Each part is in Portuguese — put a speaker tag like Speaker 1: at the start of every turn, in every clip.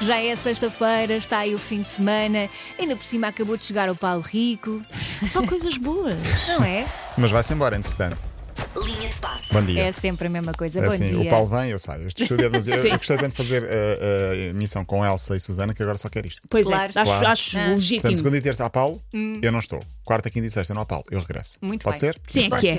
Speaker 1: Já é sexta-feira, está aí o fim de semana, ainda por cima acabou de chegar o Paulo Rico,
Speaker 2: Só coisas boas.
Speaker 1: não é?
Speaker 3: Mas vai-se embora, entretanto.
Speaker 4: Linha de passe.
Speaker 3: Bom dia.
Speaker 1: É sempre a mesma coisa.
Speaker 3: É
Speaker 1: Bom
Speaker 3: assim,
Speaker 1: dia.
Speaker 3: o Paulo vem, eu saio. Este estúdio é demasiado-
Speaker 2: Sim.
Speaker 3: Eu gostei tanto de fazer a missão com Elsa e Susana que agora só quero isto.
Speaker 2: Pois
Speaker 1: Claro. Ah.
Speaker 2: é, acho,
Speaker 3: Claro.
Speaker 2: acho
Speaker 1: Não.
Speaker 3: Portanto,
Speaker 2: legítimo.
Speaker 3: segunda e terça há Paulo, eu não estou. Quarta, quinta e sexta não há Paulo, eu regresso.
Speaker 1: Muito
Speaker 3: Pode
Speaker 1: bem.
Speaker 3: ser?
Speaker 2: Hum. Sim, é
Speaker 3: Muito
Speaker 2: que
Speaker 3: bem.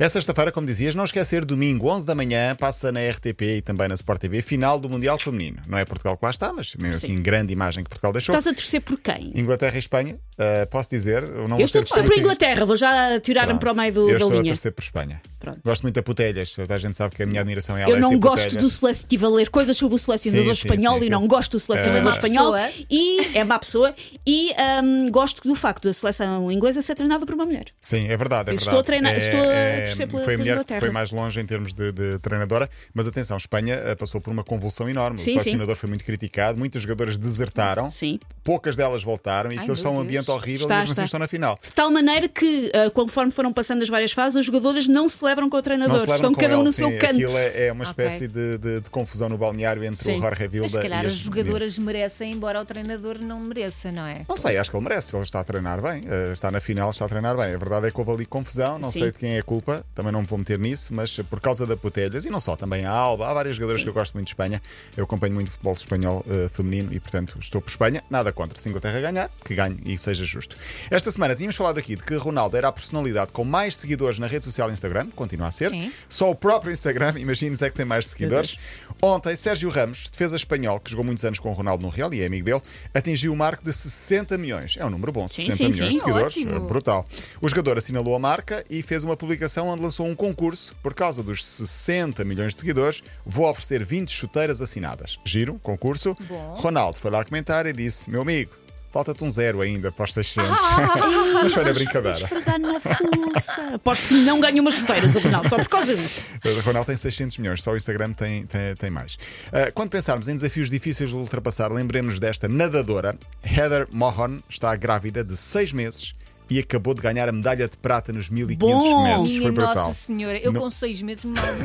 Speaker 2: é.
Speaker 3: É sexta-feira, como dizias, não esquecer, domingo, 11 da manhã, passa na RTP e também na Sport TV, final do Mundial Feminino. Não é Portugal que lá está, mas mesmo assim, grande imagem que Portugal deixou.
Speaker 2: Estás a torcer por quem?
Speaker 3: Inglaterra e Espanha, ah, posso dizer, eu não
Speaker 2: Eu estou a
Speaker 3: vou ser
Speaker 2: torcer por
Speaker 3: repetitivo.
Speaker 2: Inglaterra, vou já tirar-me
Speaker 3: Pronto.
Speaker 2: para o meio do-
Speaker 3: eu
Speaker 2: da
Speaker 3: estou a
Speaker 2: linha.
Speaker 3: torcer por Espanha.
Speaker 2: Pronto.
Speaker 3: Gosto muito da Putelhas, toda a gente sabe que a minha admiração é a
Speaker 2: Eu não
Speaker 3: Alessia
Speaker 2: gosto
Speaker 3: Putelhas.
Speaker 2: do selecionador, estive a ler coisas sobre o selecionador
Speaker 3: Sim, sim,
Speaker 2: espanhol
Speaker 3: sim,
Speaker 2: e
Speaker 3: sim.
Speaker 2: não gosto do
Speaker 1: É
Speaker 2: selecionador
Speaker 1: má
Speaker 2: espanhol
Speaker 1: pessoa.
Speaker 2: e é má pessoa e hum, gosto do facto da seleção inglesa ser treinada por uma mulher.
Speaker 3: Sim, é verdade. É
Speaker 2: Por isso
Speaker 3: verdade.
Speaker 2: estou a treinar-
Speaker 3: É-
Speaker 2: estou a
Speaker 3: é-
Speaker 2: torcer pela-
Speaker 3: foi a
Speaker 2: pela
Speaker 3: mulher que
Speaker 2: Inglaterra.
Speaker 3: foi mais longe em termos de, de treinadora, mas atenção, Espanha eh, passou por uma convulsão enorme.
Speaker 2: Sim,
Speaker 3: o selecionador foi muito criticado, muitas jogadoras desertaram,
Speaker 2: Sim.
Speaker 3: poucas delas voltaram e aquilo
Speaker 1: meu
Speaker 3: está um
Speaker 1: Deus.
Speaker 3: ambiente horrível
Speaker 2: Está,
Speaker 3: e mesmo assim
Speaker 2: está.
Speaker 3: estão na final.
Speaker 2: De tal maneira que, ah, conforme foram passando as várias fases, os jogadores não celebram com o
Speaker 3: Não
Speaker 2: treinador,
Speaker 3: se lembram
Speaker 2: estão
Speaker 3: com
Speaker 2: cada um
Speaker 3: ele,
Speaker 2: no
Speaker 3: sim,
Speaker 2: seu canto.
Speaker 3: Aquilo é, é uma
Speaker 1: Ok.
Speaker 3: espécie de, de- de confusão no balneário entre
Speaker 2: Sim.
Speaker 3: o Jorge Vilda
Speaker 1: Mas se calhar
Speaker 3: e
Speaker 1: as jogadoras merecem, embora o treinador não mereça, não é?
Speaker 3: Não sei, acho que ele merece, ele está a treinar bem, eh, está na final, está a treinar bem. A verdade é que houve ali confusão, não
Speaker 2: Sim.
Speaker 3: sei de quem é a culpa, também não me vou meter nisso, mas por causa da Putelhas e não só, também a Alba, há várias jogadoras que eu gosto muito de Espanha, eu acompanho muito futebol espanhol eh, feminino e, portanto, estou por Espanha, nada contra. Se Inglaterra ganhar, que ganhe e seja justo. Esta semana tínhamos falado aqui de que Ronaldo era a personalidade com mais seguidores na rede social Instagram, continua a ser,
Speaker 1: Sim.
Speaker 3: só o próprio Instagram, imagines, é que tem mais seguidores. Ontem, Sérgio Ramos, defesa espanhol, que jogou muitos anos com o Ronaldo no Real e é amigo dele, atingiu o marco de 60 milhões. É um número bom,
Speaker 2: Sim,
Speaker 3: 60
Speaker 2: sim,
Speaker 3: milhões
Speaker 2: sim.
Speaker 3: de seguidores.
Speaker 1: Ótimo.
Speaker 3: é Brutal. O jogador assinalou a marca e fez uma publicação onde lançou um concurso. Por causa dos 60 milhões de seguidores, vou oferecer 20 chuteiras assinadas. Giro, concurso.
Speaker 1: Bom.
Speaker 3: Ronaldo foi lá comentar e disse: Meu amigo, falta-te um zero ainda para os 600.
Speaker 2: Ah!
Speaker 3: Mas foi na é brincadeira.
Speaker 2: é Esfregar na fuça. Aposto que não ganho umas chuteiras, o Ronaldo, só por causa disso.
Speaker 3: O Ronaldo tem 600 milhões, só o Instagram tem, tem, tem mais. Ah, quando pensarmos em desafios difíceis de ultrapassar, lembremos-nos desta nadadora. Heather Mohan está grávida de 6 meses e acabou de ganhar a medalha de prata nos 1500
Speaker 2: Bom!
Speaker 3: metros.
Speaker 1: Minha
Speaker 3: Foi brutal.
Speaker 1: Nossa Senhora, eu
Speaker 3: Não-
Speaker 1: com seis meses mal.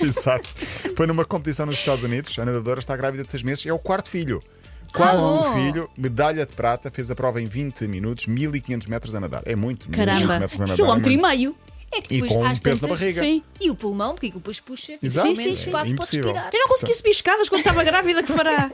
Speaker 3: Exato. Foi numa competição nos Estados Unidos. A nadadora está grávida de 6 meses. É o quarto filho. Quarto
Speaker 1: Ah, bom.
Speaker 3: filho, medalha de prata, fez a prova em 20 minutos, 1500 metros a nadar. É muito, 1500
Speaker 2: Caramba,
Speaker 3: metros a nadar.
Speaker 2: quilómetro
Speaker 3: é
Speaker 2: e
Speaker 3: muito.
Speaker 2: meio.
Speaker 1: É que
Speaker 3: E
Speaker 1: depois
Speaker 3: com um
Speaker 1: às
Speaker 3: peso na
Speaker 1: tantas.
Speaker 3: barriga.
Speaker 2: Sim.
Speaker 1: E o pulmão, porque aquilo depois puxa,
Speaker 3: Exato.
Speaker 1: menos
Speaker 2: Sim, sim, sim.
Speaker 1: espaço para
Speaker 3: Impossível.
Speaker 1: respirar.
Speaker 2: Eu não consegui subir escadas quando estava grávida, que fará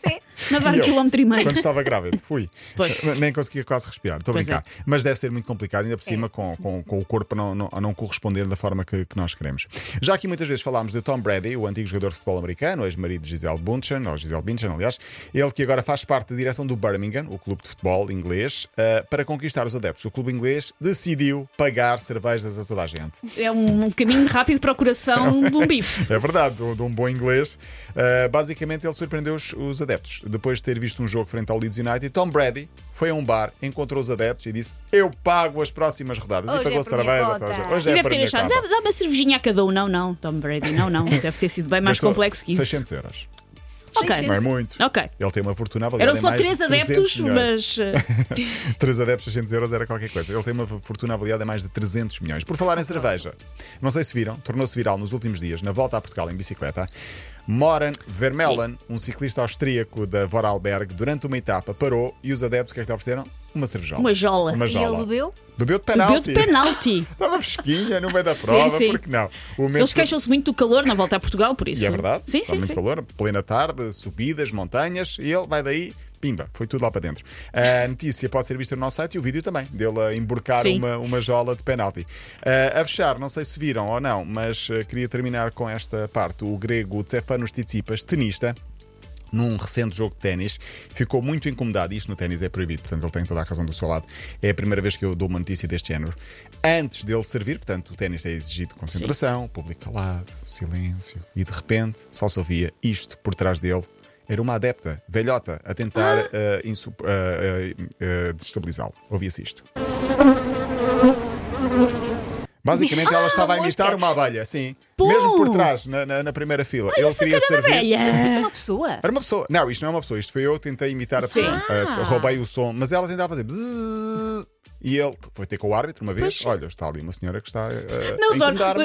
Speaker 2: nadar
Speaker 3: E
Speaker 2: um
Speaker 3: eu,
Speaker 2: quilómetro e meio.
Speaker 3: Quando estava grávida, fui.
Speaker 2: Pois.
Speaker 3: Nem conseguia quase respirar, estou a
Speaker 2: Pois é.
Speaker 3: brincar. Mas deve ser muito complicado, ainda por cima, com, com, com o corpo a não, não, a não corresponder da forma que, que nós queremos. Já aqui muitas vezes falámos de Tom Brady, o antigo jogador de futebol americano, ex-marido de Gisele Bündchen, ou Gisele Bündchen, aliás, ele que agora faz parte da direção do Birmingham, o clube de futebol inglês, ah, para conquistar os adeptos. O clube inglês decidiu pagar cervejas a toda a gente.
Speaker 2: É um, um caminho rápido para o coração de um bife.
Speaker 3: É verdade, de um- de um bom inglês. Uh, basicamente, ele surpreendeu os, os adeptos. Depois de ter visto um jogo frente ao Leeds United, Tom Brady foi a um bar, encontrou os adeptos e disse: Eu pago as próximas rodadas.
Speaker 1: Hoje
Speaker 3: e
Speaker 1: é
Speaker 3: pagou
Speaker 1: por minha
Speaker 3: cerveja.
Speaker 1: conta.
Speaker 3: tá- Hoje
Speaker 2: E
Speaker 3: é
Speaker 2: deve
Speaker 3: para
Speaker 2: ter
Speaker 3: minha
Speaker 2: achado,
Speaker 3: conta.
Speaker 2: dá, dá uma cervejinha a cada um. Não, não, Tom Brady, não, não. Deve ter sido bem mais
Speaker 3: Gastou
Speaker 2: complexo que isso.
Speaker 3: 600 euros.
Speaker 2: Ok.
Speaker 3: Não é muito.
Speaker 2: Ok.
Speaker 3: Ele tem uma fortuna avaliada.
Speaker 2: Eram
Speaker 3: em
Speaker 2: só
Speaker 3: é mais de
Speaker 2: três adeptos,
Speaker 3: 300 milhões.
Speaker 2: mas. eh,
Speaker 3: 3 adeptos, 600 euros era qualquer coisa. Ele tem uma fortuna avaliada em mais de 300 milhões. Por falar em cerveja, não sei se viram, tornou-se viral nos últimos dias, na volta a Portugal em bicicleta. Moran Vermeulen, um ciclista austríaco da Vorarlberg, durante uma etapa parou e os adeptos o que é que lhe ofereceram? Uma cervejola.
Speaker 2: Uma jola.
Speaker 3: Uma
Speaker 1: E
Speaker 3: jola.
Speaker 1: ele bebeu?
Speaker 2: Ah.
Speaker 3: Bebeu de
Speaker 2: Deu
Speaker 3: penalti.
Speaker 2: de penalti.
Speaker 3: Estava fresquinha no meio da
Speaker 2: Sim,
Speaker 3: prova,
Speaker 2: sim.
Speaker 3: porque não? O momento
Speaker 2: Eles queixam-se muito do calor na volta a Portugal, por isso.
Speaker 3: e é verdade,
Speaker 2: Sim,
Speaker 3: está
Speaker 2: sim,
Speaker 3: muito
Speaker 2: sim.
Speaker 3: calor, plena tarde, subidas, montanhas, e ele vai daí, pimba, foi tudo lá para dentro. A notícia pode ser vista no nosso site e o vídeo também, dele a emborcar
Speaker 2: Sim.
Speaker 3: uma, uma jola de penalti. Ah, a fechar, não sei se viram ou não, mas ah, queria terminar com esta parte. O grego Tsefanos Tsitsipas, tenista, num recente jogo de ténis, ficou muito incomodado. Isto no ténis é proibido, portanto ele tem toda a razão do seu lado. É a primeira vez que eu dou uma notícia deste género. Antes dele servir, portanto o ténis é exigido concentração, público calado, silêncio, e de repente só se ouvia isto por trás dele. Era uma adepta, velhota, a tentar eh, insu- eh, eh, eh, destabilizá-lo. Ouvia-se isto. Basicamente, ela
Speaker 1: Ah,
Speaker 3: estava a
Speaker 1: mosca.
Speaker 3: imitar uma abelha, sim.
Speaker 2: Pô!
Speaker 3: Mesmo por trás, na, na- na primeira fila. ele
Speaker 2: Essa
Speaker 3: queria
Speaker 2: cara da
Speaker 3: servir.
Speaker 2: velha.
Speaker 1: Isto é uma pessoa.
Speaker 3: Era uma pessoa. Não, isto não é uma pessoa. Isto foi eu que tentei imitar a
Speaker 2: Sim.
Speaker 3: pessoa.
Speaker 1: Ah.
Speaker 3: Ah, roubei o som, mas ela tentava fazer. bzzz, E ele foi ter com o árbitro uma vez.
Speaker 2: Pois.
Speaker 3: Olha, está ali uma senhora que está. eh,
Speaker 2: Não,
Speaker 3: a
Speaker 2: Zor,
Speaker 3: incomodar-me.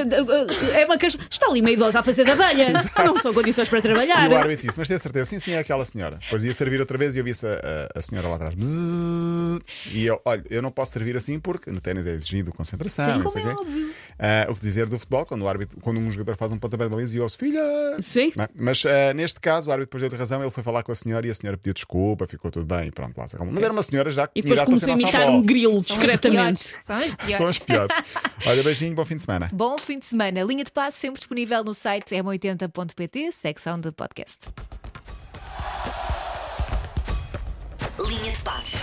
Speaker 2: é uma queixa. Está ali uma idosa a fazer da abelha. não são condições para trabalhar.
Speaker 3: E o árbitro disse, mas tenho certeza, sim, sim, é aquela senhora. Depois ia servir outra vez e eu vi a, a, a senhora lá atrás. Bzzz. E eu, olha, eu não posso servir assim porque no ténis é exigido concentração.
Speaker 1: Sim,
Speaker 3: não
Speaker 1: como
Speaker 3: sei
Speaker 1: é
Speaker 3: quê.
Speaker 1: óbvio.
Speaker 3: Ah, o que dizer do futebol, quando, o árbitro, quando um jogador faz um pontapé de baliza e ouve-se, filha!
Speaker 2: Sim.
Speaker 3: Não é? Mas ah, neste caso, o árbitro depois deu-lhe razão, ele foi falar com a senhora e a senhora pediu desculpa, ficou tudo bem e pronto, lá se acalmou. Mas era uma senhora já que
Speaker 2: E
Speaker 3: tinha
Speaker 2: depois
Speaker 3: idade para ser
Speaker 2: começou a
Speaker 3: nossa
Speaker 2: imitar
Speaker 3: avó.
Speaker 2: um grilo
Speaker 1: São as
Speaker 2: discretamente.
Speaker 1: piores, São as piores.
Speaker 3: São as piores. Olha, beijinho, bom fim de semana.
Speaker 1: Bom fim de semana. Linha de passe sempre disponível no site m80.pt, secção de podcast.
Speaker 4: Linha de passe.